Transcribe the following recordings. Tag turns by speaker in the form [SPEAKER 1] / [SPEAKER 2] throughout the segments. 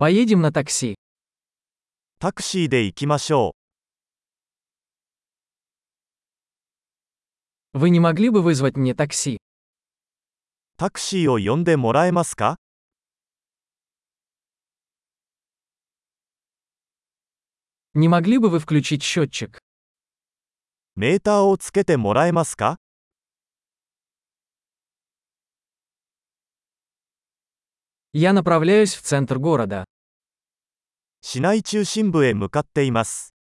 [SPEAKER 1] Поедем на такси.
[SPEAKER 2] タクシーで行きましょ
[SPEAKER 1] Вы не могли бы вызвать мне такси?
[SPEAKER 2] う。タクシーを呼んでもらえますか
[SPEAKER 1] Не могли бы вы включить счетчик?
[SPEAKER 2] メーターをつけてもらえますか
[SPEAKER 1] Я направляюсь в центр города.
[SPEAKER 2] 市内中心部へ向かっています。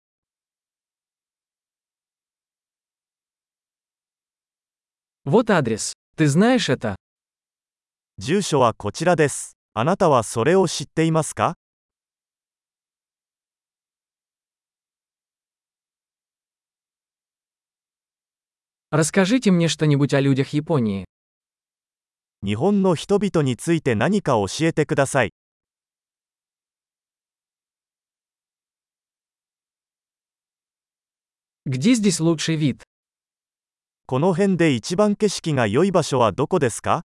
[SPEAKER 1] Вот адрес. Ты знаешь это?
[SPEAKER 2] 住所はこちらです。あなたはそれを知っていますか
[SPEAKER 1] Расскажите мне что-нибудь о людях Японии.
[SPEAKER 2] 日本の人々について何か教えてください。
[SPEAKER 1] Где здесь лучший вид?
[SPEAKER 2] この辺で一番景色が良い場所はどこですか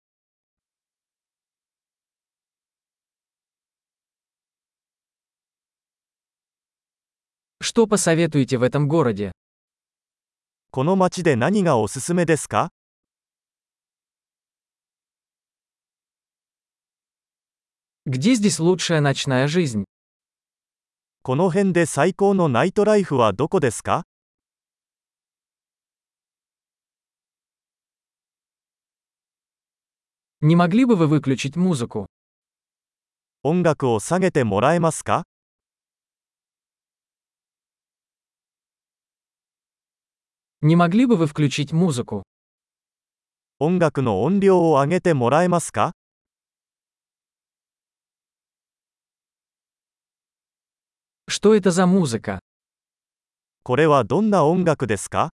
[SPEAKER 1] Что посоветуете в этом городе?
[SPEAKER 2] この街で何がおすすめですか
[SPEAKER 1] Где здесь лучшая ночная жизнь?
[SPEAKER 2] この辺で最高のナイトライフはどこですか
[SPEAKER 1] Не могли бы вы выключить музыку?
[SPEAKER 2] 音楽を下げてもらえますか
[SPEAKER 1] Не могли бы вы включить музыку?
[SPEAKER 2] 音楽の音量を上げてもらえますか
[SPEAKER 1] Что это за музыка?
[SPEAKER 2] これはどんな音楽ですか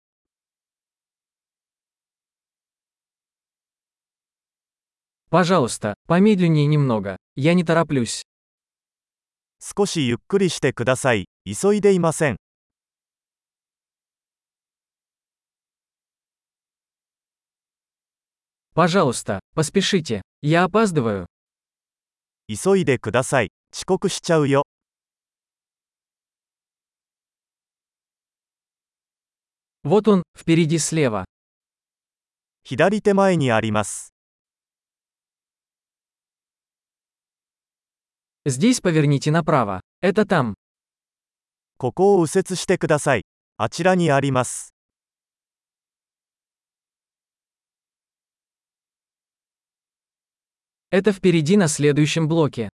[SPEAKER 1] Пожалуйста, помедленнее немного. Я не тороплюсь.
[SPEAKER 2] 少しゆっくりしてください。急いでいません。
[SPEAKER 1] Пожалуйста, поспешите. Я опаздываю.
[SPEAKER 2] 急いでください。遅刻しちゃうよ。
[SPEAKER 1] Вот он, впереди слева.
[SPEAKER 2] 左手前にあります。
[SPEAKER 1] Здесь поверните направо. Это там.
[SPEAKER 2] ここを右折してください。あちらにあります。
[SPEAKER 1] Это впереди на следующем блоке.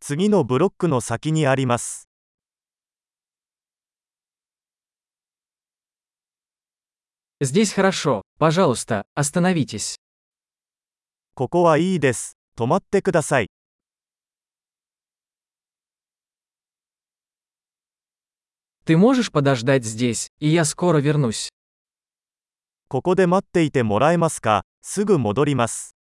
[SPEAKER 2] 次のブロックの先にあります。
[SPEAKER 1] Здесь хорошо. Пожалуйста, остановитесь.
[SPEAKER 2] ここはいいです。止まってください。
[SPEAKER 1] Ты можешь подождать здесь, и я скоро вернусь.
[SPEAKER 2] ここで待っていてもらえますかすぐ戻ります。